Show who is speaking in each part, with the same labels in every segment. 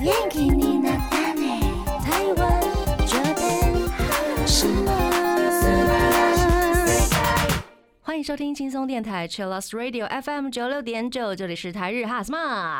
Speaker 1: 元気になったね台湾上天是吗？
Speaker 2: 欢迎收听轻松电台 Chillus Radio FM 九六点九，这里是台日哈什么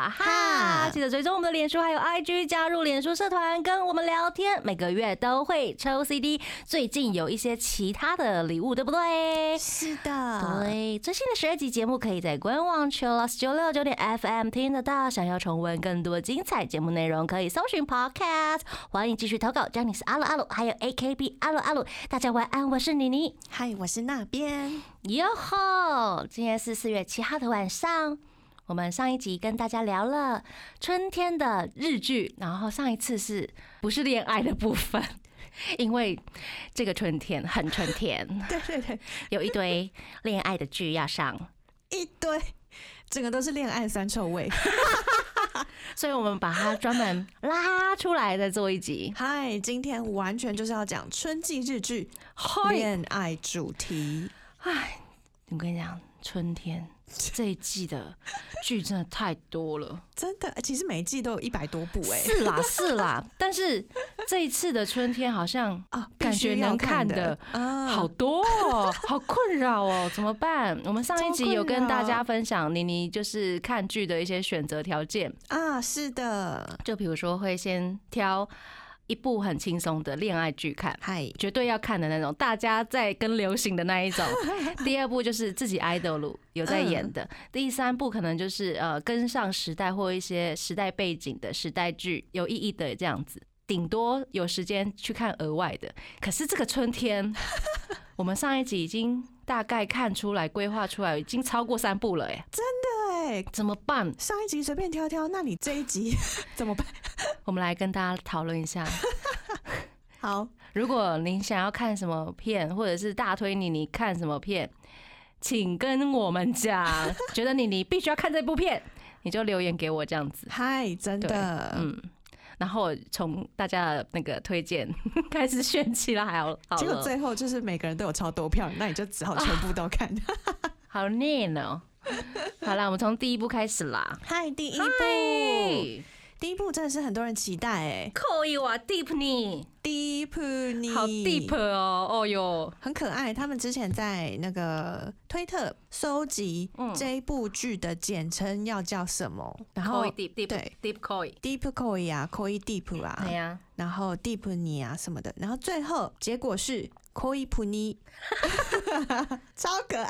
Speaker 2: 哈，记得追踪我们的脸书还有 IG，加入脸书社团跟我们聊天，每个月都会抽 CD，最近有一些其他的礼物，对不对？
Speaker 1: 是啊的，
Speaker 2: 对，最新的十二集节目可以在官网 Chillus 九六九点 FM 听得到。想要重温更多精彩节目内容，可以搜寻 Podcast。欢迎继续投稿，詹妮斯阿鲁阿鲁，还有 AKB 阿鲁阿鲁。大家晚安，我是妮妮。
Speaker 1: 嗨，我是那边，
Speaker 2: 哟吼！今天是四月七号的晚上，我们上一集跟大家聊了春天的日剧，然后上一次是不是恋爱的部分？ 因为这个春天很春天，
Speaker 1: 对对对，
Speaker 2: 有一堆恋爱的剧要上，
Speaker 1: 一堆，整个都是恋爱酸臭味。
Speaker 2: 所以我们把它专门拉出来再做一 集。
Speaker 1: 嗨，今天完全就是要讲春季日剧恋爱主题，
Speaker 2: 唉，我跟你讲，春天这一季的剧真的太多了。
Speaker 1: 真的，其实每一季都有一百多部哎、
Speaker 2: 是啦，是啦，但是这一次的春天好像
Speaker 1: 啊，
Speaker 2: 感觉能看的
Speaker 1: 啊，
Speaker 2: 好多哦，好困扰哦，怎么办？我们上一集有跟大家分享妮妮就是看剧的一些选择条件，
Speaker 1: 啊，是的，
Speaker 2: 就比如说会先挑一部很轻松的恋爱剧看。
Speaker 1: 嗨，
Speaker 2: 绝对要看的那种，大家在跟流行的那一种。第二部就是自己 idol 有在演的，第三部可能就是呃跟上时代或一些时代背景的时代剧，有意义的这样子。顶多有时间去看额外的，可是这个春天，我们上一集已经大概看出来、规划出来，已经超过三部了、哎，
Speaker 1: 对，
Speaker 2: 怎么办？
Speaker 1: 欸上一集随便挑挑，那你这一集 怎么办？
Speaker 2: 我们来跟大家讨论一下。
Speaker 1: 好，
Speaker 2: 如果您想要看什么片，或者是大推你你看什么片，请跟我们讲， 觉得你你必须要看这部片，你就留言给我这样子。
Speaker 1: 嗨，真的，
Speaker 2: 嗯，然后我从大家的那个推荐 开始选起来好了，好
Speaker 1: 结果
Speaker 2: 了，
Speaker 1: 最后就是每个人都有超多票，那你就只 好全部都看。
Speaker 2: 好念哦。好啦，我们从第一部开始啦。
Speaker 1: 嗨，第一部，
Speaker 2: 嘿，
Speaker 1: 第一部真的是很多人期待哎、
Speaker 2: 扣一瓦 deep 你，
Speaker 1: Deep 你
Speaker 2: 好 deep 哦，哦哟，
Speaker 1: 很可爱。他们之前在那个推特搜集
Speaker 2: 嗯
Speaker 1: 这一部剧的简称要叫什么，然
Speaker 2: 扣
Speaker 1: 后
Speaker 2: 一 deep deep
Speaker 1: 对
Speaker 2: deep 扣一，
Speaker 1: Deep Koi 啊，Koi Deep 啊
Speaker 2: 对，哎呀，
Speaker 1: 然后 Deep 你啊什么的，然后最后结果是 Koi p u n 超可爱。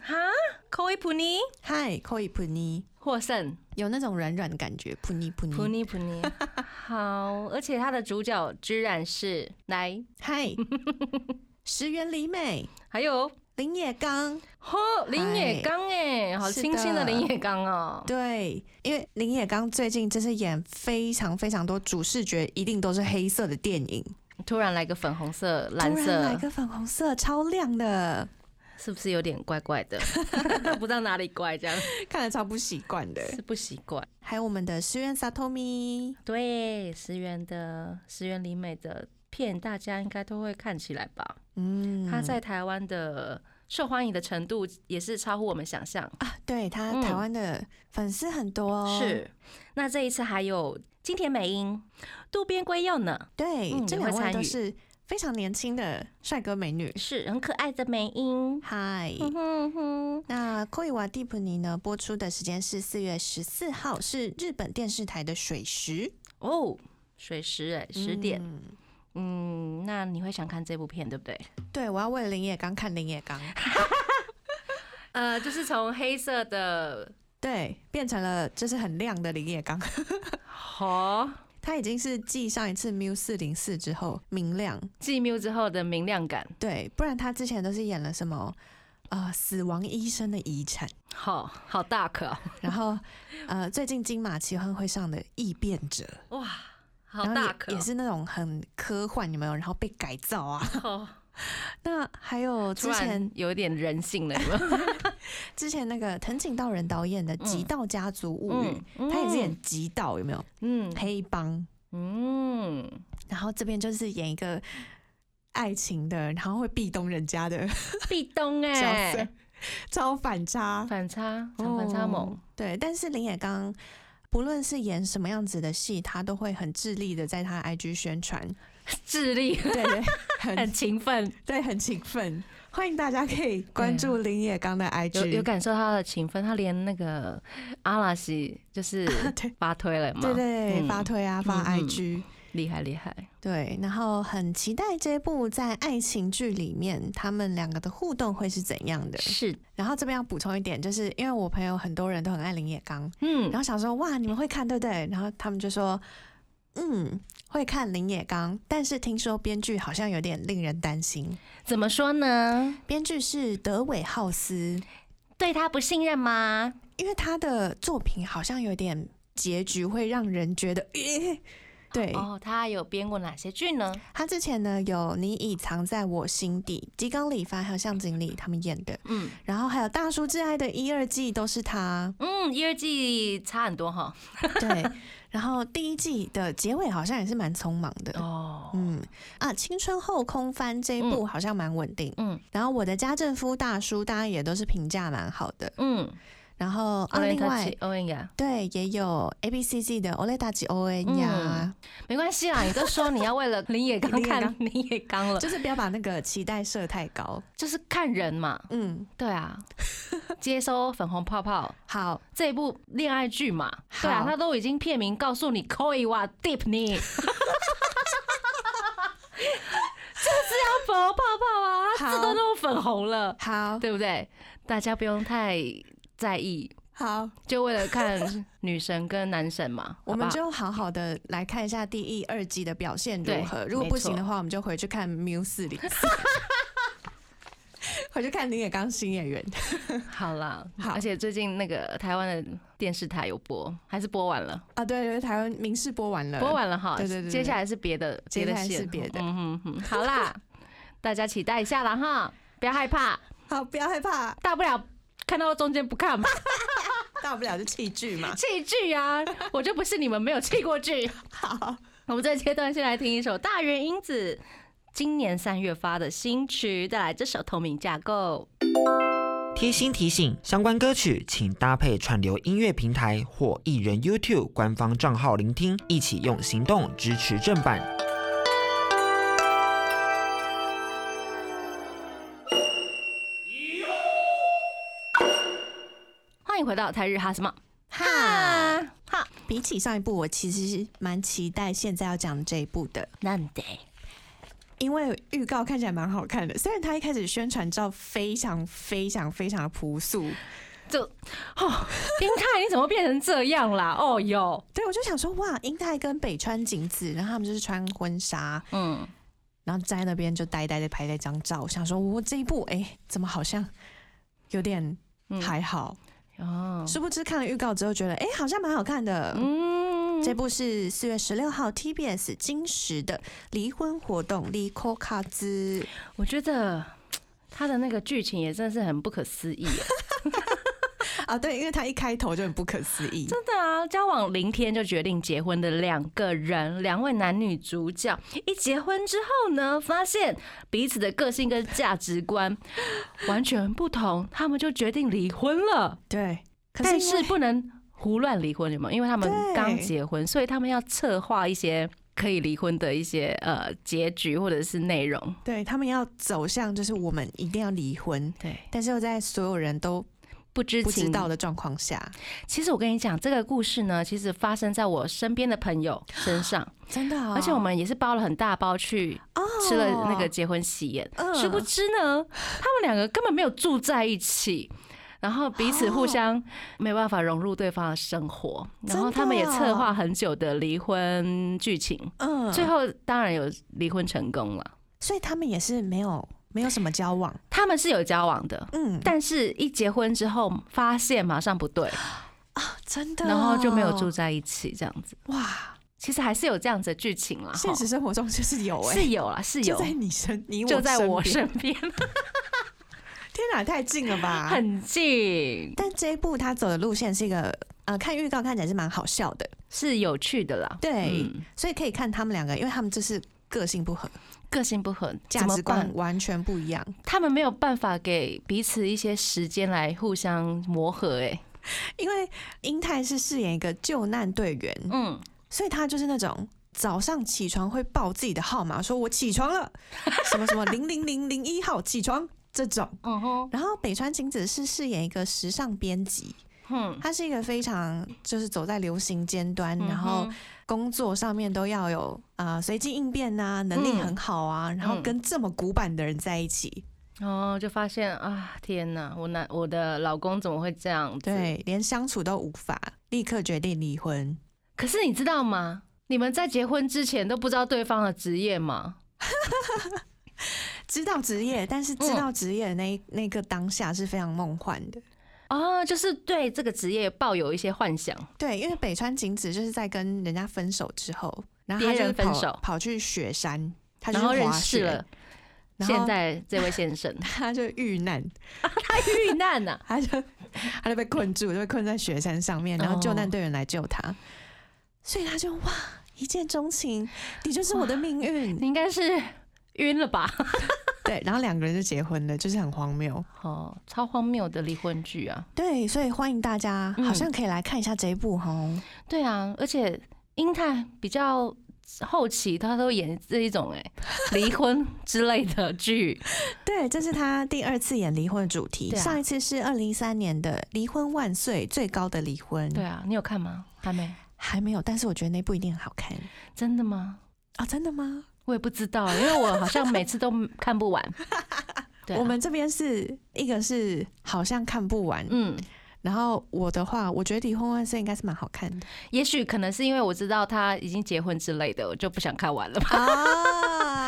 Speaker 2: 哈，扣一普尼
Speaker 1: 嗨，Koi p u n
Speaker 2: 获胜。
Speaker 1: 有那种软软的感 觉，扑尼扑
Speaker 2: 普
Speaker 1: 尼。
Speaker 2: 尼 普尼，好，而且他的主角居然是来，
Speaker 1: 嗨，石原里美、
Speaker 2: 还有
Speaker 1: 林野刚，
Speaker 2: 呵林野刚哎，好
Speaker 1: 是
Speaker 2: 清新的
Speaker 1: 的
Speaker 2: 林野刚哦，
Speaker 1: 对，因为林野刚最近真是演非常非常多主视觉一定都是黑色的电影，
Speaker 2: 突然来个粉红色、蓝
Speaker 1: 突然来
Speaker 2: 色，
Speaker 1: 个粉红色，超亮的，
Speaker 2: 是不是有点怪 怪的？不知道哪里怪，这样
Speaker 1: 看得超不习惯的。
Speaker 2: 是不习惯。
Speaker 1: 还有我们的石原萨托米，
Speaker 2: 对，石原的石原里美的片，大家应该都会看起来吧？
Speaker 1: 嗯，
Speaker 2: 她在台湾的受欢迎的程度也是超乎我们想象。
Speaker 1: 啊，对他
Speaker 2: 嗯
Speaker 1: 台湾的粉丝很多、哦
Speaker 2: 是，那这一次还有金田美英、渡边圭佑呢，
Speaker 1: 对、
Speaker 2: 嗯
Speaker 1: 这
Speaker 2: 也会
Speaker 1: 两位
Speaker 2: 参
Speaker 1: 都
Speaker 2: 与
Speaker 1: 是非常年轻的帅哥美女。
Speaker 2: 是很可爱的美英。
Speaker 1: 嗨、
Speaker 2: 嗯哼哼，
Speaker 1: 那《科伊瓦蒂普尼》呢？播出的时间是四月十四号，是日本电视台的水时
Speaker 2: 哦，水时哎、十点。
Speaker 1: 嗯
Speaker 2: 嗯，那你会想看这部片对不对？
Speaker 1: 对，我要为林野刚看林野 刚，
Speaker 2: 呃，就是从黑色的
Speaker 1: 对，变成了就是很亮的林野刚，
Speaker 2: 好
Speaker 1: 他已经是继上一次 Miu 四零四之后明亮，
Speaker 2: 继 m 之后的明亮感，
Speaker 1: 对，不然他之前都是演了什么呃死亡医生的遗产，
Speaker 2: 好好大可哦、
Speaker 1: 然后呃最近金马奇幻会上的异变者，
Speaker 2: 哇，好
Speaker 1: 然后
Speaker 2: 大
Speaker 1: 也
Speaker 2: 可
Speaker 1: 也
Speaker 2: 哦、
Speaker 1: 是那种很科幻，有没有？然后被改造啊，
Speaker 2: 哦，
Speaker 1: 那还有
Speaker 2: 突
Speaker 1: 之前
Speaker 2: 然有点人性了，有没有？
Speaker 1: 之前那个藤井道人导演的《极道家族物语》
Speaker 2: 嗯
Speaker 1: 他也是演极道，有没有？
Speaker 2: 嗯
Speaker 1: 黑帮。
Speaker 2: 嗯，
Speaker 1: 然后这边就是演一个爱情的，然后会壁咚人家的
Speaker 2: 壁咚
Speaker 1: 角
Speaker 2: 哎、
Speaker 1: 色，超反差，
Speaker 2: 反差，反差
Speaker 1: 哦
Speaker 2: 萌，。
Speaker 1: 对，但是林野刚不论是演什么样子的戏，他都会很致力的在他的 IG 宣 传，
Speaker 2: 智力
Speaker 1: 对对，很
Speaker 2: 很勤奋，
Speaker 1: 对很勤奋。欢迎大家可以关注林野刚的
Speaker 2: 啊有有
Speaker 1: IG，
Speaker 2: 感受他的勤奋，他连那个阿拉西就是
Speaker 1: 对
Speaker 2: 发推了嘛，
Speaker 1: 对对
Speaker 2: 嗯
Speaker 1: 发推啊发
Speaker 2: 嗯嗯
Speaker 1: IG，、
Speaker 2: 厉害厉害，
Speaker 1: 对，然后很期待这一部在爱情剧里面他们两个的互动会是怎样的。
Speaker 2: 是，
Speaker 1: 然后这边要补充一点，就是因为我朋友很多人都很爱林野刚，
Speaker 2: 嗯
Speaker 1: 然，后想说哇你们会看对不对？然后他们就说嗯会看林野刚，但是听说编剧好像有点令人担心，
Speaker 2: 怎么说呢？
Speaker 1: 编剧是德韦浩斯，
Speaker 2: 对他不信任吗？
Speaker 1: 因为他的作品好像有点结局会让人觉得，诶对，
Speaker 2: 哦，他有编过哪些剧呢？
Speaker 1: 他之前呢有《你已藏在我心底》，吉冈里帆还有向井理他们演的，
Speaker 2: 嗯，
Speaker 1: 然后还有《大叔挚爱》的一二季都是他
Speaker 2: 嗯，一二季差很多哈。
Speaker 1: 对。然后第一季的结尾好像也是蛮匆忙的，
Speaker 2: 哦，
Speaker 1: 嗯啊，《青春后空翻》这一部好像蛮稳定，
Speaker 2: 嗯
Speaker 1: 然后《我的家政夫大叔》大家也都是评价蛮好的，
Speaker 2: 嗯，
Speaker 1: 然后啊，另外。
Speaker 2: 欧文雅，
Speaker 1: 对，也有 A B C G 的 o l e d a g i O N 呀，
Speaker 2: 没关系啦，你都说你 要为了林野刚
Speaker 1: 林野
Speaker 2: 看
Speaker 1: 刚
Speaker 2: 林野刚了，
Speaker 1: 就
Speaker 2: 就
Speaker 1: 是不要把那个期待设太高。
Speaker 2: 就是看人嘛，
Speaker 1: 嗯，
Speaker 2: 对啊，接收粉红泡泡。
Speaker 1: 好，
Speaker 2: 这一部恋爱剧嘛，对啊，
Speaker 1: 好
Speaker 2: 他都已经片名告诉你 “koi wa deep 你”， 就是要粉红泡泡啊，它字
Speaker 1: 好
Speaker 2: 都那么粉红了，
Speaker 1: 好，
Speaker 2: 对不对？大家不用太在意，
Speaker 1: 好，
Speaker 2: 就为了看女神跟男神嘛，
Speaker 1: 我
Speaker 2: 好
Speaker 1: 们
Speaker 2: 不好
Speaker 1: 就好好的来看一下第一、二季的表现如何。
Speaker 2: 对
Speaker 1: 如果不
Speaker 2: 没错
Speaker 1: 行的话，我们就回去看 Miu 四零四， 回去看林野刚新演员。
Speaker 2: 好啦。
Speaker 1: 好
Speaker 2: 而且最近那个台湾的电视台有播，还是播完了，
Speaker 1: 啊，对对，台湾民视播完了，
Speaker 2: 播完了哈。
Speaker 1: 对对对对
Speaker 2: 接下来是别的，
Speaker 1: 接下
Speaker 2: 的
Speaker 1: 来
Speaker 2: 线
Speaker 1: 是别的
Speaker 2: 嗯哼哼，好啦，大家期待一下啦哈，不要害怕，
Speaker 1: 好，不要害怕，
Speaker 2: 大不了看到中间不看嘛，
Speaker 1: 大不了就弃剧 嘛。
Speaker 2: 弃剧啊，我就不是你们没有弃过剧。
Speaker 1: 好，
Speaker 2: 我们这阶段先来听一首大原英子今年三月发的新曲，带来这首《透明架构》。
Speaker 3: 贴心提醒：相关歌曲请搭配串流音乐平台或艺人 YouTube 官方账号聆听，一起用行动支持正版。
Speaker 2: 欢迎回到台日哈什么啊
Speaker 1: 哈，
Speaker 2: 哈
Speaker 1: 比起上一部，我其实是蛮期待现在要讲的这一部的，
Speaker 2: 难得
Speaker 1: 因为预告看起来蛮好看的。虽然他一开始宣传照非常非常非常的朴素，
Speaker 2: 哦，英泰你怎么变成这样啦？哦哟，
Speaker 1: 对我就想说，哇，英泰跟北川景子，然后他们就是穿婚纱，
Speaker 2: 嗯，
Speaker 1: 然后在那边就呆呆的拍了一张照，想说我这一部哎、怎么好像有点
Speaker 2: 嗯
Speaker 1: 还好？
Speaker 2: 哦，
Speaker 1: 殊不知看了预告之后觉得哎、好像蛮好看的。
Speaker 2: 嗯，
Speaker 1: 这部是四月十六号 TBS 金石的离婚活动《离婚卡兹》，
Speaker 2: 我觉得。他的那个剧情也真的是很不可思议耶，
Speaker 1: 啊，对，因为它一开头就很不可思议，
Speaker 2: 真的啊！交往零天就决定结婚的两个人，两位男女主角一结婚之后呢，发现彼此的个性跟价值观完全不同，他们就决定离婚了。
Speaker 1: 对。可
Speaker 2: 但
Speaker 1: 是因
Speaker 2: 是
Speaker 1: 为
Speaker 2: 不能胡乱离婚，有没有？因为他们
Speaker 1: 对
Speaker 2: 刚结婚，所以他们要策划一些可以离婚的一些呃结局或者是内容。
Speaker 1: 对他们要走向就是我们一定要离婚，
Speaker 2: 对，
Speaker 1: 但是又在所有人都
Speaker 2: 不知
Speaker 1: 不知
Speaker 2: 情
Speaker 1: 道。的状况下，
Speaker 2: 其实我跟你讲，这个故事呢，其实发生在我身边的朋友身上，
Speaker 1: 真的、
Speaker 2: 啊而且我们也是包了很大包去
Speaker 1: 哦
Speaker 2: 吃了那个结婚喜宴。
Speaker 1: 嗯
Speaker 2: 殊不知呢，他们两个根本没有住在一起。然后彼此
Speaker 1: 哦
Speaker 2: 互相没办法融入对方的生活，然后他们也
Speaker 1: 真的哦
Speaker 2: 策划很久的离婚剧情，
Speaker 1: 嗯，
Speaker 2: 最后当然有离婚成功了，
Speaker 1: 所以他们也是没有没有什么交往，
Speaker 2: 他们是有交往的，
Speaker 1: 嗯，
Speaker 2: 但是一结婚之后发现马上不对，
Speaker 1: 真的哦、
Speaker 2: 然后就没有住在一起这样子。
Speaker 1: 哇，
Speaker 2: 其实还是有这样子的剧情啦，
Speaker 1: 现
Speaker 2: 齁
Speaker 1: 实生活中就是有哎、
Speaker 2: 是有啦，是
Speaker 1: 就
Speaker 2: 有，
Speaker 1: 在你身，你我
Speaker 2: 就在我
Speaker 1: 身边，
Speaker 2: 身边，
Speaker 1: 天哪，太近了 吧！
Speaker 2: 很近，
Speaker 1: 但这一部他走的路线是一个，呃，看预告看起来是蛮好笑的，
Speaker 2: 是有趣的啦。
Speaker 1: 对，
Speaker 2: 嗯，
Speaker 1: 所以可以看他们两个，因为他们就是个性不合，
Speaker 2: 个性不合，
Speaker 1: 价值
Speaker 2: 怎
Speaker 1: 观
Speaker 2: 么办，
Speaker 1: 完全不一样，
Speaker 2: 他们没有办法给彼此一些时间来互相磨合，哎，
Speaker 1: 因为英泰是饰演一个救难队员，
Speaker 2: 嗯，
Speaker 1: 所以他就是那种早上起床会报自己的号码，说我起床 了，什么什么零零零零一号起床这种。
Speaker 2: 嗯哼，
Speaker 1: 然后北川景子是饰演一个时尚编辑，
Speaker 2: 哼，
Speaker 1: 她是一个非常就是走在流行尖端，
Speaker 2: 嗯
Speaker 1: 然后
Speaker 2: 哼
Speaker 1: 工作上面都要有啊、呃随机应变啊，能力
Speaker 2: 嗯
Speaker 1: 很好啊，然后
Speaker 2: 嗯
Speaker 1: 跟这么古板的人在一起，
Speaker 2: 哦，就发现啊，天哪，我男我的老公怎么会这样子？，
Speaker 1: 对，连相处都无法，立刻决定离婚。
Speaker 2: 可是你知道吗？你们在结婚之前都不知道对方的职业吗？
Speaker 1: 知道职业，但是
Speaker 2: 嗯
Speaker 1: 知道职业的那一、那个当下是非常梦幻的。
Speaker 2: 哦，就是对这个职业抱有一些幻想。
Speaker 1: 对，因为北川景子就是在跟人家分手之后，然后他
Speaker 2: 别
Speaker 1: 就
Speaker 2: 人
Speaker 1: 跑
Speaker 2: 分手
Speaker 1: 跑去雪山，他就
Speaker 2: 然
Speaker 1: 去
Speaker 2: 后认
Speaker 1: 滑
Speaker 2: 识
Speaker 1: 雪
Speaker 2: 了，
Speaker 1: 然后
Speaker 2: 现在这位先生
Speaker 1: 他就遇难，
Speaker 2: 遇难呐、啊，
Speaker 1: 他就 他就被困住，就被困在雪山上面，然后救难队员来救他，所以他就哇一见钟情，你就是我的命运，
Speaker 2: 你应该是晕了吧？
Speaker 1: 对，然后两个人就结婚了，就是很荒谬，
Speaker 2: 哦，超荒谬的离婚剧啊！
Speaker 1: 对，所以欢迎大家，
Speaker 2: 嗯
Speaker 1: 好像可以来看一下这一部哦，
Speaker 2: 对啊，而且英泰比较后期他都演这一种哎、 离婚之类的剧，
Speaker 1: 嗯对，这是他第二次演离婚的主题，
Speaker 2: 对啊
Speaker 1: 上一次是二零一三年的《离婚万岁》最高的离婚，
Speaker 2: 对啊，你有看吗？还没，
Speaker 1: 还没有，但是我觉得那部一定很好看
Speaker 2: 真啊的吗？
Speaker 1: 哦，真的吗？
Speaker 2: 我也不知道，因为我好像每次都看不完。对啊、
Speaker 1: 我们这边是一个是好像看不完，
Speaker 2: 嗯，
Speaker 1: 然后我的话，我觉得《离婚万岁》应该是蛮好看 的
Speaker 2: 也许可能是因为我知道他已经结婚之类的，我就不想看完了吧？
Speaker 1: 啊。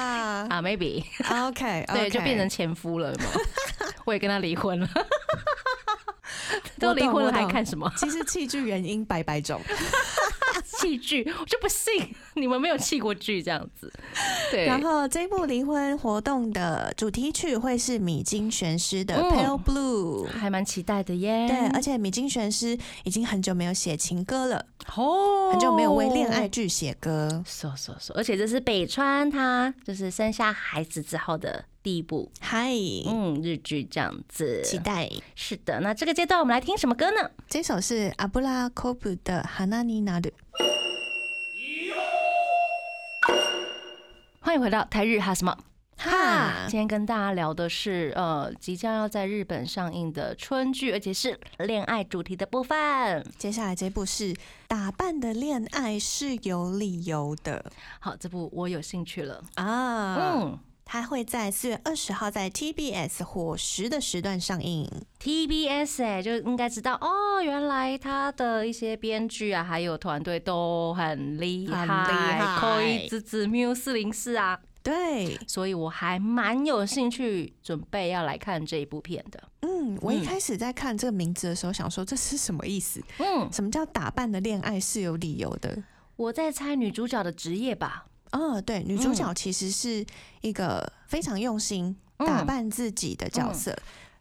Speaker 2: 啊，maybe，
Speaker 1: OK，
Speaker 2: 对，就变成前夫了嘛。 我也跟他离 婚了，都离婚了还看。什么
Speaker 1: 其实弃剧原因百百种，
Speaker 2: 戏剧？我就不信你们没有弃过剧这样子。对，
Speaker 1: 然后这部离婚活动的主题曲会是米津玄师的《
Speaker 2: 嗯
Speaker 1: Pale Blue》。
Speaker 2: 还蛮期待的耶。
Speaker 1: 对，而且米津玄师已经很久没有写情歌了，
Speaker 2: 哦
Speaker 1: 很久没有为恋爱。剧写歌。
Speaker 2: 说说说，而且这是北川他就是生下孩子之后的第一部，
Speaker 1: 嗨，
Speaker 2: 嗯，日剧这样子。
Speaker 1: 期待
Speaker 2: 是的，那这个阶段我们来听什么歌呢？
Speaker 1: 这首是阿布拉科布的《哈娜尼娜鲁》。
Speaker 2: 欢迎回到台日哈什么
Speaker 1: 哈
Speaker 2: 啊今天跟大家聊的是呃，即将要在日本上映的春剧，而且是恋爱主题的部分。
Speaker 1: 接下来这部是《打扮的恋爱是有理由的
Speaker 2: 好，这部我有兴趣了。》
Speaker 1: 啊，
Speaker 2: 嗯
Speaker 1: 它会在四月二十号在 TBS 火石的时段上映。
Speaker 2: ，TBS 哎、就应该知道哦，原来他的一些编剧啊，还有团队都很厉
Speaker 1: 很
Speaker 2: 害，
Speaker 1: 厉害
Speaker 2: 扣一之子 Miu 四零四啊，
Speaker 1: 对，
Speaker 2: 所以我还蛮有兴趣，准备要来看这一部片的。
Speaker 1: 嗯，我一
Speaker 2: 嗯
Speaker 1: 开始在看这个名字的时候，想说这是什么意思？
Speaker 2: 嗯，
Speaker 1: 什么叫打扮的恋爱是有理由的？
Speaker 2: 我在猜女主角的职业吧。
Speaker 1: 哦，对，女主角其实是一个非常用心
Speaker 2: 嗯
Speaker 1: 打扮自己的角色。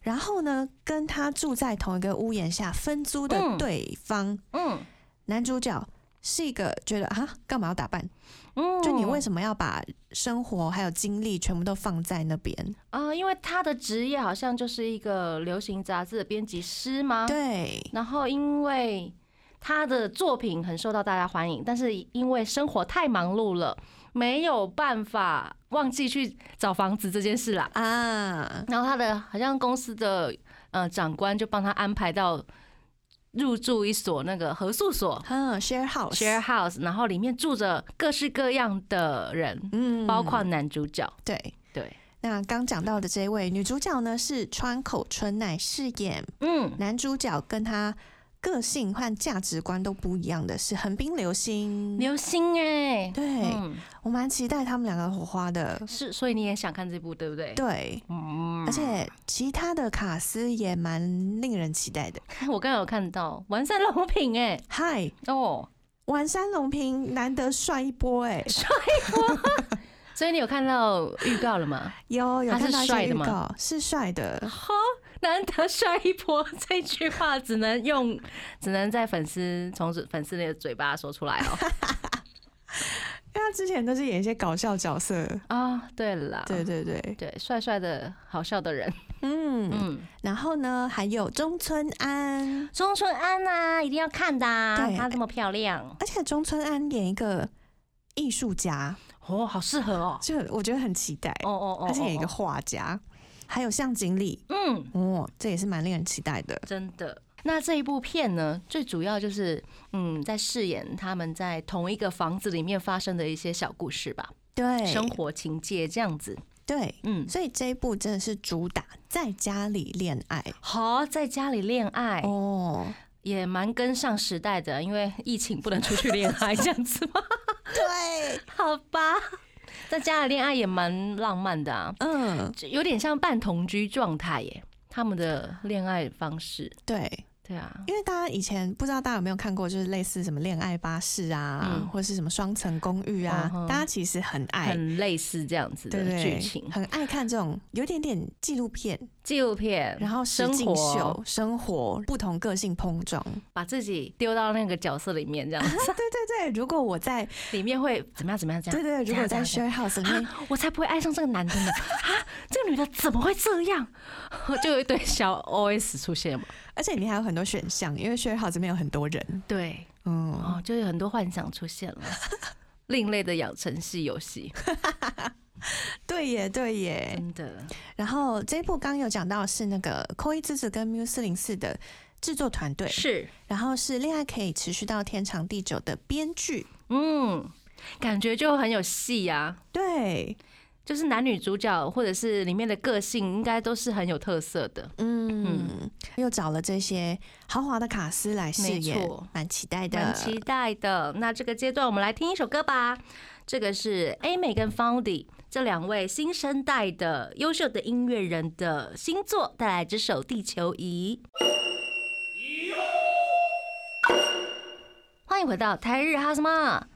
Speaker 1: 然后呢，跟她住在同一个屋檐下分租的
Speaker 2: 嗯
Speaker 1: 对方、
Speaker 2: 嗯
Speaker 1: 男主角是一个觉得啊，干嘛要打扮？
Speaker 2: 嗯，
Speaker 1: 就你为什么要把生活还有精力全部都放在那边？
Speaker 2: 啊、因为他的职业好像就是一个流行杂志的编辑师吗？。
Speaker 1: 对，
Speaker 2: 然后因为他的作品很受到大家欢迎，但是因为生活太忙碌了，没有办法忘记去找房子这件事啦。
Speaker 1: 啊，
Speaker 2: 然后他的好像公司的呃长官就帮他安排到入住一所那个合宿所
Speaker 1: 嗯，share house，
Speaker 2: （share house），然后里面住着各式各样的人，
Speaker 1: 嗯
Speaker 2: 包括男主角。
Speaker 1: 对。
Speaker 2: 对，
Speaker 1: 那刚讲到的这一位女主角呢，是川口春奈饰演
Speaker 2: 嗯，
Speaker 1: 男主角，跟他个性和价值观都不一样的是横滨流星。
Speaker 2: 流星哎、
Speaker 1: 对、
Speaker 2: 嗯，
Speaker 1: 我蛮期待他们两个火花的。
Speaker 2: 是，所以你也想看这部，对不对？
Speaker 1: 对，
Speaker 2: 嗯
Speaker 1: 而且其他的卡司也蛮令人期待的。
Speaker 2: 我刚刚有看到完善龙品哎、
Speaker 1: 嗨，
Speaker 2: 哦，
Speaker 1: 丸山隆平难得帅一波哎、
Speaker 2: 所以你有看到预告了吗？
Speaker 1: 有有
Speaker 2: 他是
Speaker 1: 看到一
Speaker 2: 帅
Speaker 1: 些
Speaker 2: 的
Speaker 1: 预
Speaker 2: 吗啊
Speaker 1: 告，是帅的，
Speaker 2: 难得帅一波这句话，只能用， 只能在粉丝从粉丝的嘴巴说出来 哦。
Speaker 1: 因为他之前都是演一些搞笑角色。
Speaker 2: 啊、对啦，
Speaker 1: 对对对，
Speaker 2: 对，帅帅的好笑的人，
Speaker 1: 嗯，
Speaker 2: 嗯，
Speaker 1: 然后呢，还有中村安，
Speaker 2: 中村安呐、一定要看的、啊，
Speaker 1: 对
Speaker 2: 她这么漂亮，
Speaker 1: 而且中村安演一个艺术家，
Speaker 2: 哦，好适合哦，
Speaker 1: 就我觉得很期待。
Speaker 2: 哦哦哦，
Speaker 1: 他是演一个
Speaker 2: 哦，
Speaker 1: 画家，还有向井理，
Speaker 2: 嗯，
Speaker 1: 哦，这也是蛮令人期待的。
Speaker 2: 真的。那这一部片呢，最主要就是，嗯，在饰演他们在同一个房子里面发生的一些小故事吧，
Speaker 1: 对，
Speaker 2: 生活情界这样子。
Speaker 1: 对，
Speaker 2: 嗯，
Speaker 1: 所以这一部真的是主打在家里恋爱
Speaker 2: 好，在家里恋爱、
Speaker 1: 哦，
Speaker 2: 也蛮跟上时代的，因为疫情不能出去恋爱这样子吗？
Speaker 1: 对，
Speaker 2: 好吧，在家里恋爱也蛮浪漫的啊，
Speaker 1: 嗯，
Speaker 2: 就有点像半同居状态耶，他们的恋爱方式。
Speaker 1: 对，
Speaker 2: 对啊，
Speaker 1: 因为大家以前不知道大家有没有看过，就是类似什么恋爱巴士啊，
Speaker 2: 嗯
Speaker 1: 或是什么双层公寓啊
Speaker 2: 嗯，哼
Speaker 1: 大家其实很爱。
Speaker 2: 很类似这样子
Speaker 1: 对
Speaker 2: 的
Speaker 1: 对
Speaker 2: 剧情，
Speaker 1: 很爱看这种有点点纪录片，
Speaker 2: 纪录片，
Speaker 1: 然后实
Speaker 2: 生
Speaker 1: 境
Speaker 2: 活，
Speaker 1: 秀、生活不同个性碰撞。
Speaker 2: 把自己丢到那个角色里面，这 样
Speaker 1: 对对，如果我在
Speaker 2: 里面会怎么样？怎么样？这
Speaker 1: 对
Speaker 2: 样？
Speaker 1: 对，如果
Speaker 2: 这
Speaker 1: 在
Speaker 2: 样
Speaker 1: share house 里面，
Speaker 2: 我才不会爱上这个男的呢！ 啊，这个女的怎么会这样？ 就有一堆小 OS 出现嘛。
Speaker 1: 而且你还有很多选项，因为 share house 里面有很多人，
Speaker 2: 对，
Speaker 1: 嗯，
Speaker 2: 哦，就有很多幻想出 现了，另类的养成系游戏，
Speaker 1: 对耶对耶，
Speaker 2: 真的。
Speaker 1: 然后这一部刚刚有讲到是那个扣一之子跟 Mu 四零四的制作团队，
Speaker 2: 是，
Speaker 1: 然后是恋爱可以持续到天长地久的编剧，
Speaker 2: 嗯，感觉就很有戏啊。
Speaker 1: 对，
Speaker 2: 就是男女主角或者是里面的个性，应该都是很有特色的。
Speaker 1: 嗯，又找了这些豪华的卡司来饰
Speaker 2: 没
Speaker 1: 演
Speaker 2: 错，
Speaker 1: 蛮期待的，
Speaker 2: 蛮期待的。那这个阶段，我们来听一首歌吧。这个是 A 美跟 Foundy 这两位新生代的优秀的音乐人的新作，带来这首《地球仪》。欢迎回到台日哈什么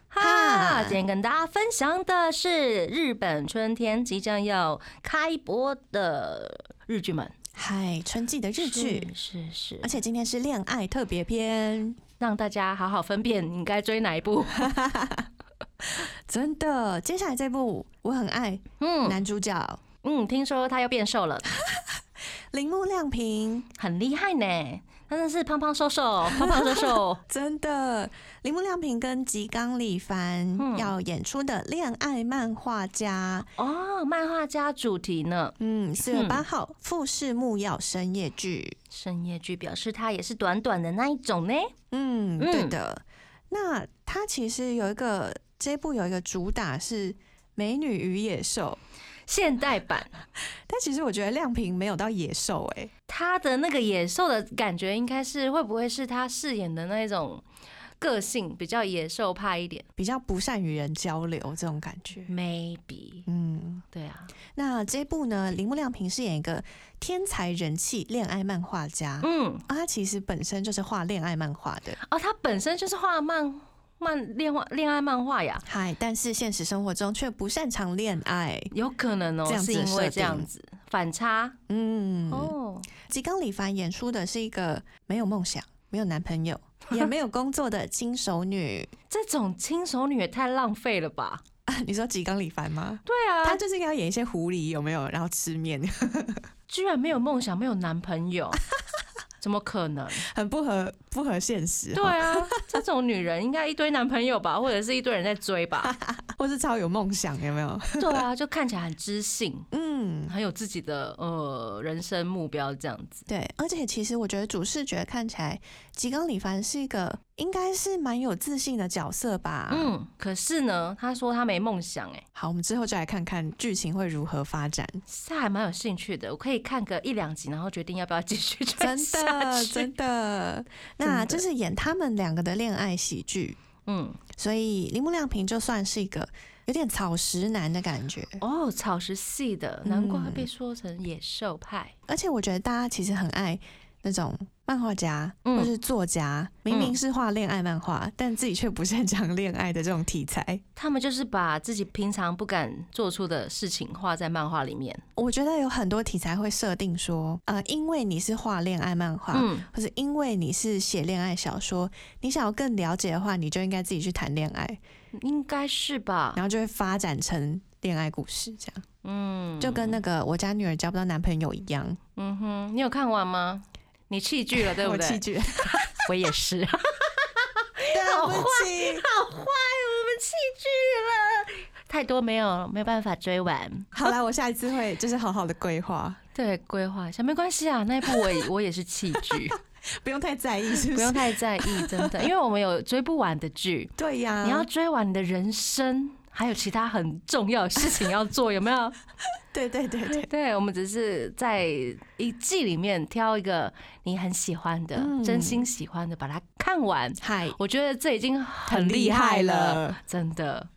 Speaker 2: 哈
Speaker 1: 哈！
Speaker 2: 今天跟大家分享的是日本春天即将要开播的日剧们，
Speaker 1: 嗨，春季的日剧。
Speaker 2: 是是
Speaker 1: 而
Speaker 2: 是，
Speaker 1: 且今天是恋爱特别篇，
Speaker 2: 让大家好好分辨你该追哪一部。
Speaker 1: 真的。接下来这部我很爱
Speaker 2: 嗯，
Speaker 1: 男主角
Speaker 2: 嗯，听说他又变瘦了，
Speaker 1: 铃木亮平，。
Speaker 2: 很厉害呢。真的是胖胖瘦瘦，胖胖瘦瘦
Speaker 1: 真的，铃木亮平跟吉冈里
Speaker 2: 嗯
Speaker 1: 帆要演出的恋爱漫画家，
Speaker 2: 哦，漫画家主题呢？
Speaker 1: 嗯，四月
Speaker 2: 嗯
Speaker 1: 八号富士木曜深夜剧，
Speaker 2: 深夜剧表示它也是短短的那一种呢。
Speaker 1: 嗯，对
Speaker 2: 嗯
Speaker 1: 的。那它其实有一个这部有一个主打是美女与野兽，
Speaker 2: 现代版，
Speaker 1: 但其实我觉得亮平没有到野兽、欸，
Speaker 2: 他的那个野兽的感觉，应该是会不会是他饰演的那一种个性比较野兽派一点
Speaker 1: 比较不善与人交流这种感觉。
Speaker 2: ？Maybe，
Speaker 1: 嗯，
Speaker 2: 对啊，
Speaker 1: 那这部呢，铃木亮平饰演一个天才人气恋爱漫画家。
Speaker 2: 嗯，
Speaker 1: 啊，他其实本身就是画恋爱漫画的，
Speaker 2: 哦，他本身就是画漫漫恋画恋爱漫画呀，
Speaker 1: 嗨，但是现实生活中却不擅长恋爱。
Speaker 2: 有可能哦，
Speaker 1: 这样
Speaker 2: 是
Speaker 1: 子的
Speaker 2: 因为
Speaker 1: 设
Speaker 2: 这样
Speaker 1: 定
Speaker 2: 子反差、
Speaker 1: 嗯，
Speaker 2: 哦，
Speaker 1: 吉冈里帆演出的是一个没有梦想、没有男朋友、也没有工作的轻熟女。啊
Speaker 2: 这种轻熟女也太浪费了吧？
Speaker 1: 你说吉冈里帆吗？
Speaker 2: 对啊，
Speaker 1: 她
Speaker 2: 她
Speaker 1: 就是应该要演一些狐狸，有没有？然后吃面，
Speaker 2: 居然没有梦想，没有男朋 友，怎么可能？
Speaker 1: 很不合不合现实、
Speaker 2: 对，啊，这种女人应该一堆男朋友吧，或者是一堆人在追 吧？
Speaker 1: 或是超有梦想，有没有？
Speaker 2: 对啊，就看起来很知性，
Speaker 1: 嗯，
Speaker 2: 很有自己的呃人生目标这样子。
Speaker 1: 对。而且其实我觉得主视觉看起来，吉冈里帆是一个应该是蛮有自信的角色吧。嗯，
Speaker 2: 嗯，可是呢，她说她没梦想、哎，
Speaker 1: 好，我们之后就来看看剧情会如何发展。
Speaker 2: 是还蛮有兴趣的，我可以看个一两集，然后决定要不要继续 追
Speaker 1: 真
Speaker 2: 下
Speaker 1: 的，
Speaker 2: 去。
Speaker 1: 真的，
Speaker 2: 真
Speaker 1: 那
Speaker 2: 的
Speaker 1: 就是演他们两个的恋爱喜剧，
Speaker 2: 嗯，
Speaker 1: 所以铃木亮平就算是一个有点草食男的感觉，
Speaker 2: 哦，草食系嗯的，难怪会被说成野兽派。
Speaker 1: 而且我觉得大家其实很爱那种漫画家
Speaker 2: 嗯
Speaker 1: 或是作家，明明是画恋爱漫画，但自己却不擅长恋爱的这种题材，
Speaker 2: 他们就是把自己平常不敢做出的事情画在漫画里面。
Speaker 1: 我觉得有很多题材会设定说，呃，因为你是画恋爱漫画，
Speaker 2: 嗯，
Speaker 1: 或者因为你是写恋爱小说，你想要更了解的话，你就应该自己去谈恋爱，
Speaker 2: 应该是吧
Speaker 1: 然。后就会发展成恋爱故事，这样
Speaker 2: 嗯，
Speaker 1: 就跟那个我家女儿交不到男朋友一样，
Speaker 2: 嗯哼，你有看完吗？你弃剧了，对不
Speaker 1: 我
Speaker 2: 对
Speaker 1: 弃？ 剧，
Speaker 2: 我也是， 好坏，
Speaker 1: 对啊不起，
Speaker 2: 哦我们弃剧了，太多没有没有办法追完。
Speaker 1: 好啦，我下一次会就是好好的规划，
Speaker 2: 对，规划一下没关系啊，那一部我也我也是弃剧，
Speaker 1: 不用太在意，是不
Speaker 2: 不用
Speaker 1: 是？
Speaker 2: 太在意，真的，因为我们有追不完的剧，
Speaker 1: 对呀、
Speaker 2: 你要追完你的人生，还有其他很重要的事情要做，有没有？
Speaker 1: 对对对 对，
Speaker 2: 对，我们只是在一季里面挑一个你很喜欢的、
Speaker 1: 嗯
Speaker 2: 真心喜欢的，把它看完。
Speaker 1: 嗨，
Speaker 2: 我觉得这已经很厉
Speaker 1: 厉
Speaker 2: 害
Speaker 1: 害
Speaker 2: 了，
Speaker 1: 了
Speaker 2: 真的。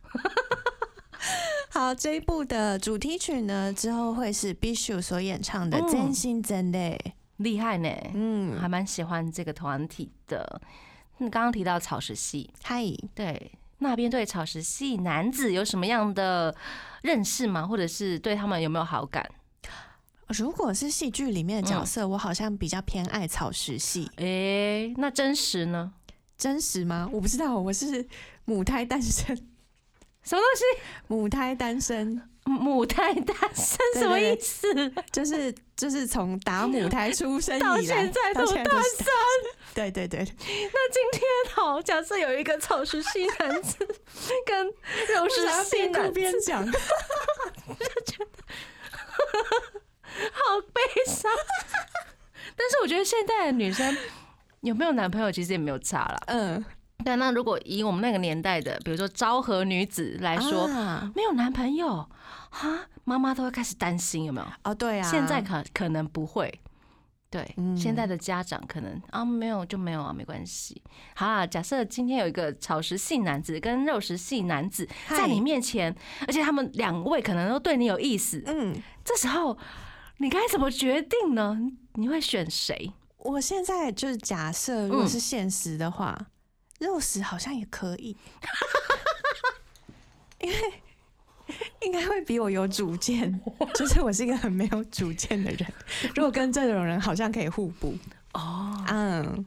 Speaker 1: 好，这一部的主题曲呢，之后会是 Bishu 所演唱的
Speaker 2: 嗯
Speaker 1: 《真心真累》。
Speaker 2: 厉害呢，
Speaker 1: 嗯，
Speaker 2: 还蛮喜欢这个团体的。你刚刚提到草食系，
Speaker 1: 嗨，
Speaker 2: 对那边对草食系男子有什么样的认识吗？或者是对他们有没有好感？
Speaker 1: 如果是戏剧里面的
Speaker 2: 嗯
Speaker 1: 角色，我好像比较偏爱草食系。
Speaker 2: 诶、那真实呢？
Speaker 1: 真实吗？我不知道，我是母胎单身，
Speaker 2: 什么东西？
Speaker 1: 母胎单身
Speaker 2: 母胎单身
Speaker 1: 对
Speaker 2: 什么
Speaker 1: 对
Speaker 2: 意
Speaker 1: 对
Speaker 2: 思？
Speaker 1: 就是就是从打 母胎出生以来
Speaker 2: 到现在
Speaker 1: 到
Speaker 2: 都
Speaker 1: 现在
Speaker 2: 单
Speaker 1: 都是对对对，
Speaker 2: 那今天好，假设有一个草食系男子跟肉食
Speaker 1: 我
Speaker 2: 系
Speaker 1: 想要边
Speaker 2: 男
Speaker 1: 哭
Speaker 2: 子，
Speaker 1: 边讲，
Speaker 2: 好悲伤。但是我觉得现在的女生有没有男朋友其实也没有差啦。
Speaker 1: 嗯，
Speaker 2: 对，那如果以我们那个年代的，比如说昭和女子来说，
Speaker 1: 啊
Speaker 2: 没有男朋友哈，妈妈都会开始担心，有没有？
Speaker 1: 哦对啊，
Speaker 2: 现在可可能不会。对，
Speaker 1: 嗯
Speaker 2: 现在的家长可能啊没有就没有啊，没关系。好啦，假设今天有一个草食系男子跟肉食系男子
Speaker 1: 嗨
Speaker 2: 在你面前，而且他们两位可能都对你有意思，
Speaker 1: 嗯，
Speaker 2: 这时候你该怎么决定呢？你会选谁？
Speaker 1: 我现在就是假设，如果
Speaker 2: 嗯
Speaker 1: 是现实的话，肉食好像也可以，因为应该会比我有主见， 就是我是一个很没有主见的人。如果跟这种人好像可以互补哦，嗯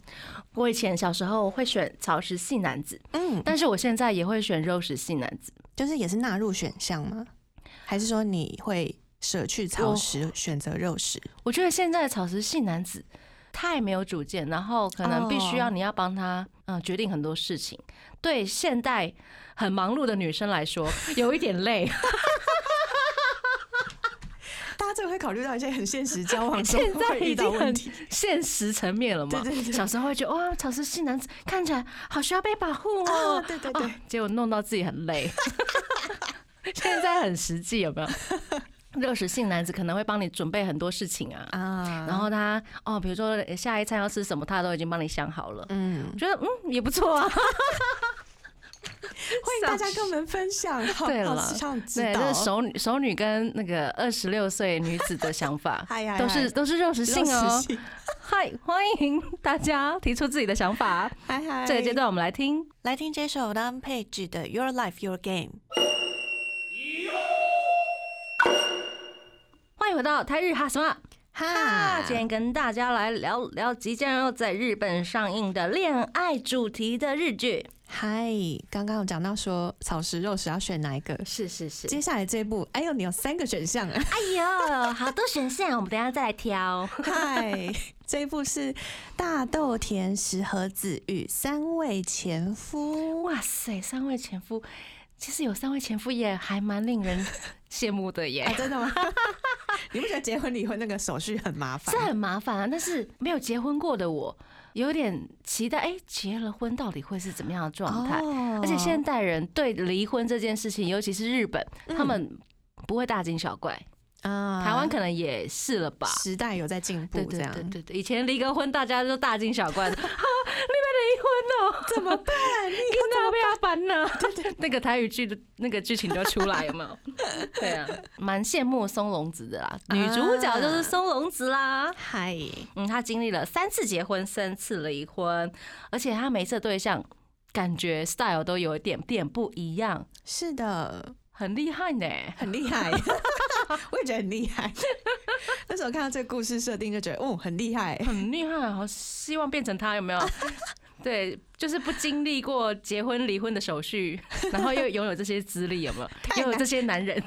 Speaker 2: 我以前小时候会选草食系男子，
Speaker 1: 嗯，
Speaker 2: 但是我现在也会选肉食系男子。
Speaker 1: 就是也是纳入选项吗？还是说你会舍去草食，选择肉食？
Speaker 2: 我觉得现在的草食系男子太没有主见，然后可能必须要
Speaker 1: 哦
Speaker 2: 你要帮他嗯、呃决定很多事情。对现代很忙碌的女生来 说，有一点累。
Speaker 1: 大家真的会考虑到一些很 现实交往中
Speaker 2: 现在
Speaker 1: 会遇
Speaker 2: 已
Speaker 1: 到
Speaker 2: 经
Speaker 1: 问
Speaker 2: 很
Speaker 1: 题，
Speaker 2: 现实层面了嘛。
Speaker 1: 对对对
Speaker 2: 小时候会觉得哇，草食系男子看起来好需要被保护哦。
Speaker 1: 啊 对对对
Speaker 2: 哦结果弄到自己 很累。现在很实际，有没有？肉食性男子可能会帮你准备很多事情啊，
Speaker 1: 啊，
Speaker 2: 然后他哦，比如说呃下一餐要吃什么，他都已经帮你想好了。
Speaker 1: 嗯。
Speaker 2: 我觉得嗯也不错 啊，
Speaker 1: 欢迎大家跟我们分享，好
Speaker 2: 对了
Speaker 1: 好想知
Speaker 2: 对，
Speaker 1: 道，
Speaker 2: 这是熟女熟女跟那个二十六岁女子的想 法
Speaker 1: 嗨嗨
Speaker 2: 都是都是肉食性哦。嗨，欢迎大家提出自己的想法。啊
Speaker 1: 嗨嗨，
Speaker 2: 这个阶段我们来听，
Speaker 1: 来听这首 Don Page 的《Your Life Your Game》。
Speaker 2: 欢迎回到台日哈什么哈，
Speaker 1: 哈，
Speaker 2: 今天跟大家来聊聊即将要在日本上映的恋爱主题的日剧。
Speaker 1: 嗨，刚刚有讲到说草食肉食要选哪一个，
Speaker 2: 是是是
Speaker 1: 接下来这一步，哎呦，你有三个选项啊！
Speaker 2: 哎呦， 好多选项，我们等一下再来挑。
Speaker 1: 嗨， 这一步是大豆田十和子与三位前夫。
Speaker 2: 哇塞，三位前夫，其实有三位前夫也还蛮令人羡慕的耶
Speaker 1: 啊，。真的吗？ 你不觉得结婚离婚那个手续很麻烦
Speaker 2: 这？很麻烦啊，但是没有结婚过的我，有点期待，哎、结了婚到底会是怎么样的状态？
Speaker 1: 哦
Speaker 2: 而且现代人对离婚这件事情，尤其是日本，他们不会大惊小怪，
Speaker 1: 啊
Speaker 2: 台湾可能也是了吧。
Speaker 1: 时代有在进步
Speaker 2: 对，
Speaker 1: 这
Speaker 2: 对
Speaker 1: 样
Speaker 2: 对对对，以前离个婚大家都大惊 小怪的，啊，你们离婚了，
Speaker 1: 怎么办？你
Speaker 2: 你要不要搬呢？对对那个台语剧的那个剧情就出来，有没 有？对啊，蛮羡慕松隆子的啦，女主角就是松隆子啦。
Speaker 1: 嗨，
Speaker 2: 嗯，她经历了三次结婚，三次离婚，而且她每次的对象感觉 style 都有一点点不一样，
Speaker 1: 是的，
Speaker 2: 很厉害呢。
Speaker 1: 很厉 害，我也觉得很厉 害。那时候看到这个故事设定，就觉得哦，很厉害。
Speaker 2: 很厉害，好希望变成他有没有？ 对，就是不经历过结婚离婚的手 续，然后又拥有这些资历，有没有？
Speaker 1: 太
Speaker 2: 拥有
Speaker 1: 难
Speaker 2: 这些男人，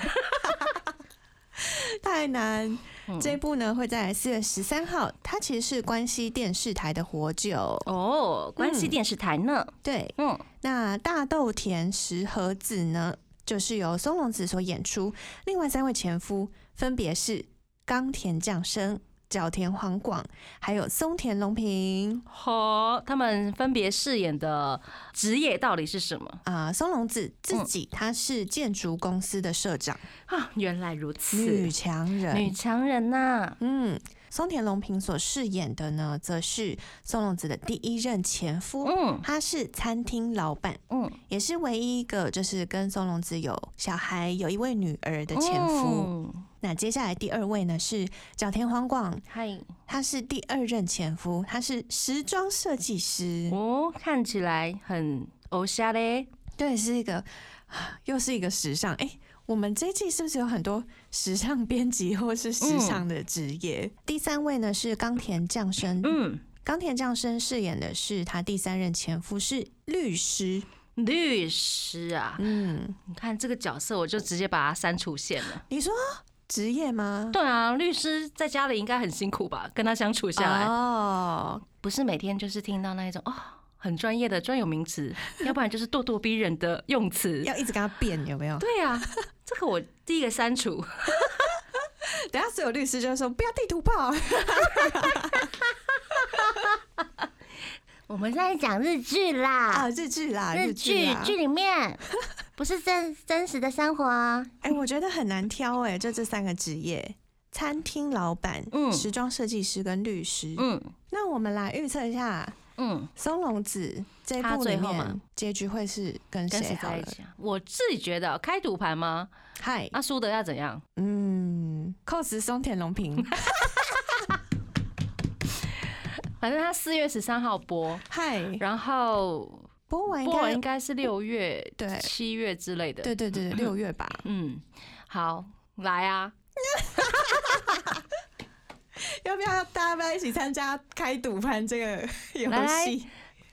Speaker 1: 太难。
Speaker 2: 嗯
Speaker 1: 这一部呢会在四月十三号，它其实是关西电视台的活久。
Speaker 2: 哦，关系电视台呢？
Speaker 1: 对，
Speaker 2: 嗯，
Speaker 1: 那大豆田石和子呢，就是由松隆子所演出，另外三位前夫分别是冈田将生。角田黄广，还有松田龙平
Speaker 2: 好、他们分别饰演的职业到底是什么
Speaker 1: 啊、松隆子
Speaker 2: 嗯
Speaker 1: 自己她是建筑公司的社长，
Speaker 2: 啊？原来如此，
Speaker 1: 女强
Speaker 2: 女
Speaker 1: 人。
Speaker 2: 强人呐、
Speaker 1: 嗯，松田龙平所饰演的呢，则是松隆子的第一任前夫。
Speaker 2: 嗯
Speaker 1: 他是餐厅老板，
Speaker 2: 嗯，
Speaker 1: 也是唯一一个就是跟松隆子有小孩、有一位女儿的前夫。
Speaker 2: 嗯，
Speaker 1: 那接下来第二位呢是角田黄广，
Speaker 2: 嗨、
Speaker 1: 他是第二任前夫，他是时装设计师，
Speaker 2: 哦，看起来很偶像嘞，
Speaker 1: 对，是一个啊又是一个时尚。哎、我们这一季是不是有很多时尚编辑或是
Speaker 4: 嗯
Speaker 1: 时尚的职业？第三位呢是冈田将生，
Speaker 2: 嗯，
Speaker 1: 冈田将生饰演的是他第三任前夫，是律师。
Speaker 2: 律师啊，
Speaker 1: 嗯，
Speaker 2: 你看这个角色，我就直接把他删除线了。
Speaker 1: 你说职业吗？
Speaker 2: 对啊，律师在家里应该很辛苦吧？跟他相处下来，
Speaker 1: 哦，
Speaker 2: 不是每天就是听到那一种哦，很专业的专有名词， 要不然就是咄咄逼人的用词。
Speaker 1: 要一直跟他辩有没有？
Speaker 2: 对啊，这个我第一个删除。
Speaker 1: 等下所有律师就会说不要地图炮，
Speaker 4: 我们现在讲日剧啦，
Speaker 1: 啊，日剧啦，
Speaker 4: 日
Speaker 1: 剧
Speaker 4: 剧
Speaker 2: 啊
Speaker 1: 啦。
Speaker 4: 剧里面不是真真实的生活
Speaker 2: 啊
Speaker 4: 哦，
Speaker 1: 哎、我觉得很难挑哎、就这三个职业：餐厅老板、
Speaker 2: 嗯
Speaker 1: 时装设计师跟律师。
Speaker 2: 嗯
Speaker 1: 那我们来预测一下
Speaker 2: 嗯，
Speaker 1: 松隆子这一
Speaker 2: 他
Speaker 1: 部
Speaker 2: 最
Speaker 1: 里
Speaker 2: 后
Speaker 1: 面
Speaker 2: 嘛
Speaker 1: 结局会是跟
Speaker 2: 跟
Speaker 1: 谁
Speaker 2: 谁
Speaker 1: 好
Speaker 2: 在一
Speaker 1: 了？
Speaker 2: 起啊？啊我自己觉得开赌盘吗？
Speaker 1: 嗨，
Speaker 2: 那输的要怎样？
Speaker 1: 嗯，cos 松田龙 平，
Speaker 2: 反正他四月十三号播，
Speaker 1: 嗨，
Speaker 2: 然后
Speaker 1: 播完应
Speaker 2: 播完
Speaker 1: 该
Speaker 2: 应该是六月、
Speaker 1: 对
Speaker 2: 七月之类的。
Speaker 1: 对对对对六月吧。
Speaker 2: 嗯，好，来啊，
Speaker 1: 要不要大家要不要一起参加开赌盘这个游
Speaker 2: 来
Speaker 1: 戏？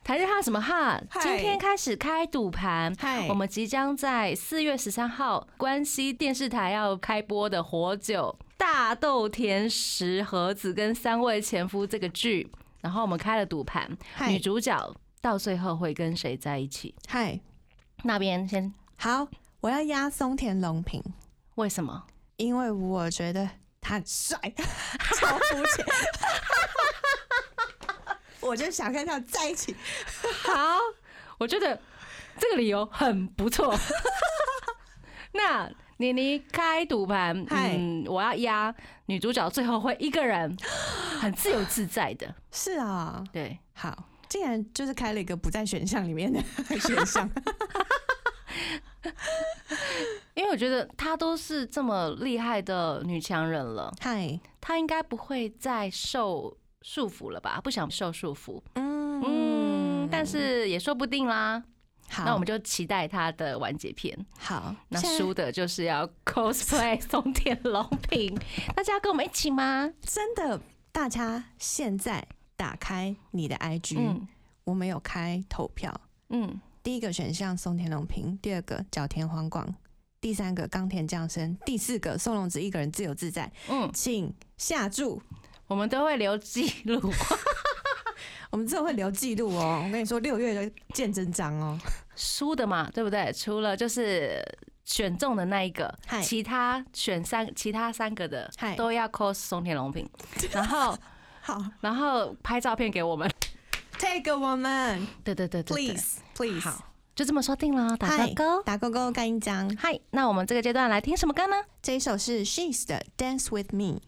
Speaker 2: 台日哈什么哈？
Speaker 1: 嗨
Speaker 2: 今天开始开赌盘，
Speaker 1: 嗨，
Speaker 2: 我们即将在四月十三号关西电视台要开播的《火酒大豆田石和子跟三位前夫》这个剧，然后我们开了赌盘，女
Speaker 1: 嗨
Speaker 2: 主角到最后会跟谁在一起？
Speaker 1: 嗨，
Speaker 2: 那边先
Speaker 1: 好，我要压松田龙平，
Speaker 2: 为什么？
Speaker 1: 因为我觉得他很帅， 超肤浅。我就想跟他在一起，
Speaker 2: 好，我觉得这个理由很不错。 那妮妮开赌盘，
Speaker 1: 嗨
Speaker 2: 嗯，我要压女主角最后会一个人，很自由自在的，
Speaker 1: 是啊、
Speaker 2: 对。
Speaker 1: 好，竟然就是开了一个不在选项里面的 选 项，
Speaker 2: 因为我觉得她都是这么厉害的女强人了，
Speaker 1: 嗨，
Speaker 2: 她应该不会再受束缚了吧？不想受束缚，
Speaker 1: 嗯
Speaker 2: 嗯，但是也说不定啦。
Speaker 1: 好，
Speaker 2: 那我们就期待她的完结篇。
Speaker 1: 好，
Speaker 2: 那
Speaker 1: 现在
Speaker 2: 输的就是要 cosplay 松田龙平，大家跟我们一起吗？
Speaker 1: 真的，大家现在打开你的 IG，、
Speaker 2: 嗯
Speaker 1: 我们有开投票，
Speaker 2: 嗯，
Speaker 1: 第一个选项松田龙平，第二个角田黄广，第三个冈田将生，第四个松隆子一个人自由自在，
Speaker 2: 嗯，
Speaker 1: 请下注。
Speaker 2: 我们都会留记 录。
Speaker 1: 我们真的会留记录哦，我跟你说，六月的见真章 哦。
Speaker 2: 输的嘛，对不对？除了就是选中的那一个
Speaker 1: 嗨，
Speaker 2: 其他选三其他三个的
Speaker 1: 嗨
Speaker 2: 都要 cos 松田龙平，然后
Speaker 1: 好
Speaker 2: 然后拍照片给我们。
Speaker 1: ，Take a woman,
Speaker 2: 对对对对对
Speaker 1: please, please。
Speaker 2: 好，就这么说定了，打
Speaker 1: 嗨
Speaker 2: 个勾。
Speaker 1: 打勾勾干一张。
Speaker 2: 嗨，那我们这个阶段来听什么歌呢？
Speaker 1: 这一首是 She's 的《Dance with Me》。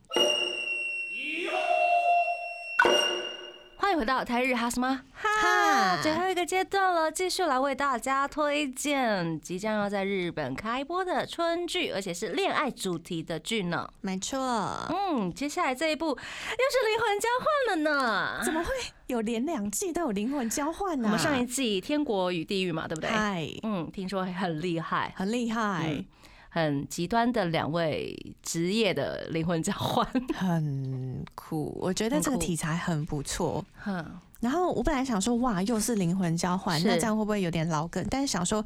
Speaker 2: 欢迎回到台日哈什么哈，
Speaker 1: 啦。
Speaker 2: 最后一个阶段了，继续来为大家推荐即将要在日本开播的春剧，而且是恋爱主题的剧呢。
Speaker 1: 没错，
Speaker 2: 嗯，接下来这一部又是灵魂交换了呢。
Speaker 1: 怎么会有连两季都有灵魂交换啊呢、
Speaker 2: 我们上一季《天国与地狱》嘛，对不对？
Speaker 1: 嗨，
Speaker 2: 嗯，听说很厉害，
Speaker 1: 很厉害
Speaker 2: 嗯，很极端的两位职业的灵魂交换。
Speaker 1: 很酷。我觉得这个
Speaker 2: 很酷
Speaker 1: 题材很不错。
Speaker 2: 哼，
Speaker 1: 然后我本来想说，哇，又是灵魂交换，
Speaker 2: 是
Speaker 1: 那这样会不会有点老梗？但是想说，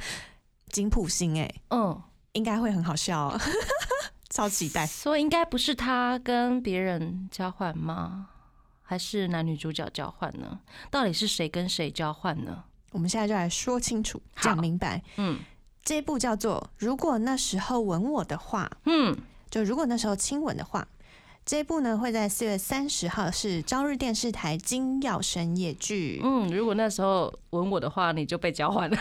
Speaker 1: 金普星哎、
Speaker 2: 嗯，
Speaker 1: 应该会很好笑、哦， 超期待。
Speaker 2: 所以应该不是他跟别人交换吗？还是男女主角交换呢？到底是谁跟谁交换呢？
Speaker 1: 我们现在就来说清楚、
Speaker 2: 好
Speaker 1: 讲明白。
Speaker 2: 嗯
Speaker 1: 这一部叫做《如果那时候吻我的话
Speaker 2: 嗯，》，
Speaker 1: 就如果那时候亲吻的话。这一部呢会在四月三十号是朝日电视台金曜深夜剧。
Speaker 2: 嗯，如果那时候吻我的话，你就被交 换了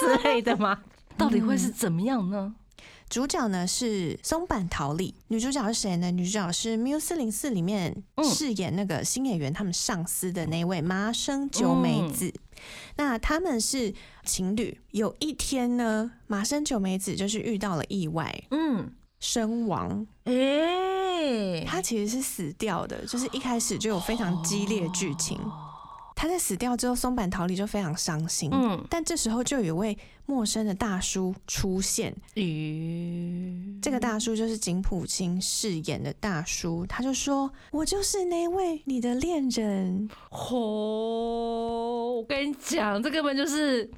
Speaker 2: 之类的吗？ 到底会是怎么样呢？
Speaker 1: 主角呢是松坂桃李，女主角是谁呢？女主角是《MU 四零四》里面
Speaker 2: 嗯
Speaker 1: 饰演那个新演员他们上司的那位麻生久美子。
Speaker 2: 嗯
Speaker 1: 那他们是情侣，有一天呢，麻生久美子就是遇到了意外
Speaker 2: 嗯，
Speaker 1: 身亡，
Speaker 2: 诶，
Speaker 1: 她其实是死掉的，就是一开始就有非常激烈的剧情。她在死掉之后，松坂桃李就非常伤心。
Speaker 2: 哦嗯，
Speaker 1: 但这时候就有一位陌生的大叔出现，
Speaker 2: 鱼
Speaker 1: 这个大叔就是井普清饰演的大叔，他就说：“我就是那位你的恋人。
Speaker 2: 吼，我跟你讲，这根本就是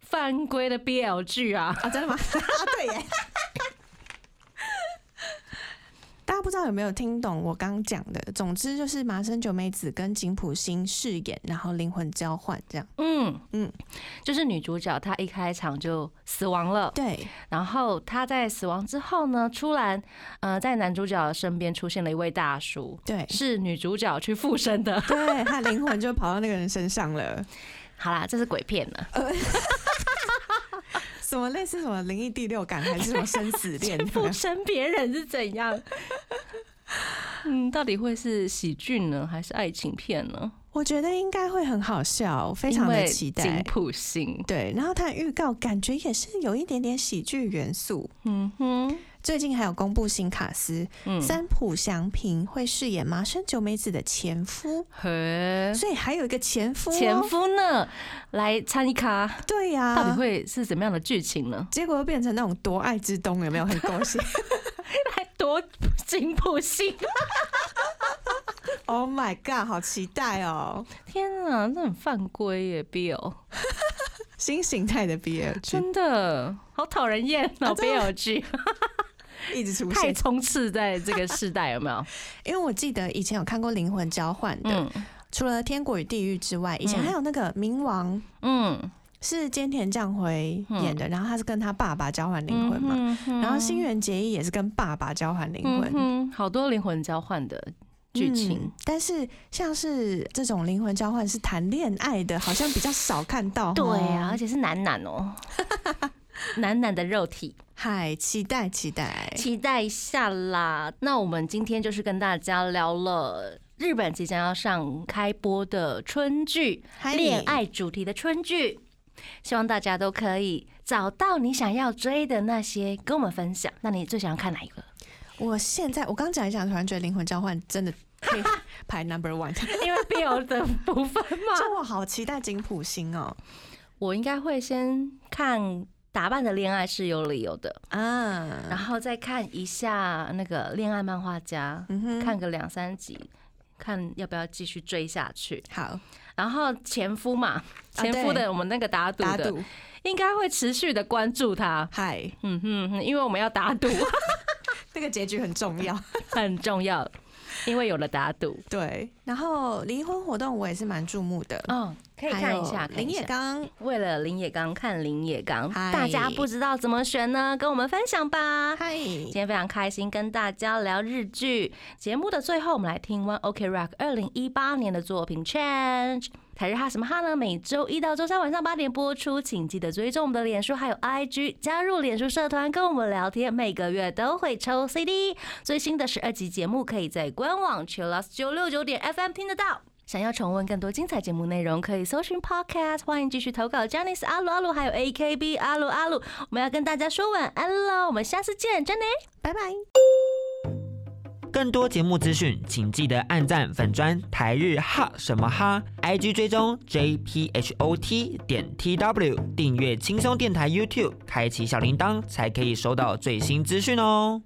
Speaker 2: 犯规的 BL 剧啊！
Speaker 1: 哦
Speaker 2: 啊，真的吗？
Speaker 1: 对耶，大家不知道有没有听懂我刚讲的？总之就是麻生久美子跟井普星饰演，然后灵魂交换这样。
Speaker 2: 嗯
Speaker 1: 嗯
Speaker 2: 嗯，就是女主角她一开场就死亡了，
Speaker 1: 对，
Speaker 2: 然后她在死亡之后呢，突然呃在男主角身边出现了一位大叔，
Speaker 1: 对，
Speaker 2: 是女主角去附身的。
Speaker 1: 对，他灵魂就跑到那个人身上了。
Speaker 2: 好啦，这是鬼片了，
Speaker 1: 什么类似什么灵异第六感，还是什么生死 恋？
Speaker 2: 附身别人是怎样？ 嗯，到底会是喜剧呢，还是爱情片呢？
Speaker 1: 我觉得应该会很好笑，非常
Speaker 2: 因
Speaker 1: 的
Speaker 2: 为
Speaker 1: 期待。
Speaker 2: 金普星，
Speaker 1: 对，然后它的预告感觉也是有一点点喜剧元素。
Speaker 2: 嗯哼，
Speaker 1: 最近还有公布新卡司、
Speaker 2: 嗯，
Speaker 1: 三浦翔平会饰演麻生久美子的前夫，
Speaker 2: 和
Speaker 1: 所以还有一个前夫、
Speaker 2: 嗯
Speaker 1: 哦
Speaker 2: 前，夫呢来参一咖，
Speaker 1: 对呀、
Speaker 2: 到底会是怎么样的剧情呢？
Speaker 1: 结果又变成那种夺爱之冬，有没有很狗血
Speaker 2: 还多金普星，
Speaker 1: ？Oh my god，好期待哦！
Speaker 2: 天啊，那很犯规耶，Bill，
Speaker 1: 新形态的 BL 剧
Speaker 2: 真的好讨人厌
Speaker 1: 啊
Speaker 2: 哦
Speaker 1: 真的
Speaker 2: ，Bill 剧
Speaker 1: 一直出
Speaker 2: 太
Speaker 1: 现，
Speaker 2: 充斥在这个世代，有没 有？
Speaker 1: 因为我记得以前有看过《灵魂交换》的，
Speaker 2: 嗯
Speaker 1: 除了《天国与地狱》之外，以前
Speaker 2: 嗯
Speaker 1: 还有那个《冥王》
Speaker 2: 嗯，
Speaker 1: 是菅田将晖演的，然后他是跟他爸爸交换灵魂嘛。
Speaker 2: 嗯哼，
Speaker 1: 然后新垣结衣也是跟爸爸交换灵魂
Speaker 2: 嗯哼，好多灵魂交换的剧情
Speaker 1: 嗯，但是像是这种灵魂交换是谈恋爱的，好像比较少看到。
Speaker 4: 对
Speaker 2: 啊，
Speaker 4: 呀
Speaker 2: 而，且是男男 哦，男男的肉体。
Speaker 1: 嗨，期待期待。
Speaker 2: 期待一下啦。那我们今天就是跟大家聊了日本即将要上开播的春剧，
Speaker 1: 嗨
Speaker 2: 恋爱主题的春剧，希望大家都可以找到你想要追的那些，跟我们分享。那你最想要看哪一个？
Speaker 1: 我现在我刚讲一讲，突然觉得灵魂交换真的可以排 number one，就
Speaker 2: 因为 BL 的部分嘛，
Speaker 1: 我好期待金普星哦
Speaker 2: 我应该会先看。打扮的恋爱是有理由的，然
Speaker 1: 啊，
Speaker 2: 后再看一下那个恋爱漫画家，
Speaker 1: 嗯哼
Speaker 2: 看个两三集，看要不要继续追下去。
Speaker 1: 好
Speaker 2: 然后前夫嘛，
Speaker 1: 啊
Speaker 2: 前夫
Speaker 1: 对
Speaker 2: 的我们那个打赌
Speaker 1: 打
Speaker 2: 的，
Speaker 1: 赌，
Speaker 2: 应该会持续的关注他。
Speaker 1: 嗨，
Speaker 2: 嗯哼哼，因为我们要打赌，
Speaker 1: 这个结局很重要。
Speaker 2: 很重要，因为有了打赌，
Speaker 1: 对，然后离婚活动我也是蛮注目的，
Speaker 2: 哦，可以看一下，
Speaker 1: 还有
Speaker 2: 看
Speaker 1: 林
Speaker 2: 一
Speaker 1: 野
Speaker 2: 下。
Speaker 1: 刚，
Speaker 2: 为了林野刚看林野刚，
Speaker 1: 嗨
Speaker 2: 大家不知道怎么选呢？跟我们分享吧。
Speaker 1: 嗨，
Speaker 2: 今天非常开心跟大家聊日剧。节目的最后，我们来听 One OK Rock 二零一八年的作品《Change》。台日哈什么哈呢？每周一到周三晚上八点播出，请记得追踪我们的脸书还有 IG，加入脸书社团跟我们聊天。每个月都会抽 CD，最新的十二集节目可以在官网 c h i l l o s 九六九点 FM 听得到。想要重温更多精彩节目内容，可以搜寻 Podcast。欢迎继续投稿 j a n i c e 阿鲁阿鲁，还有 AKB 阿鲁阿鲁。我们要跟大家说晚安喽，我们下次见 j a n i
Speaker 1: 拜拜。
Speaker 3: 更多节目资讯，请记得按赞粉砖台日哈什么哈，IG 追踪 JPHOT 点 TW，订阅轻松电台 YouTube，开启小铃铛才可以收到最新资讯哦。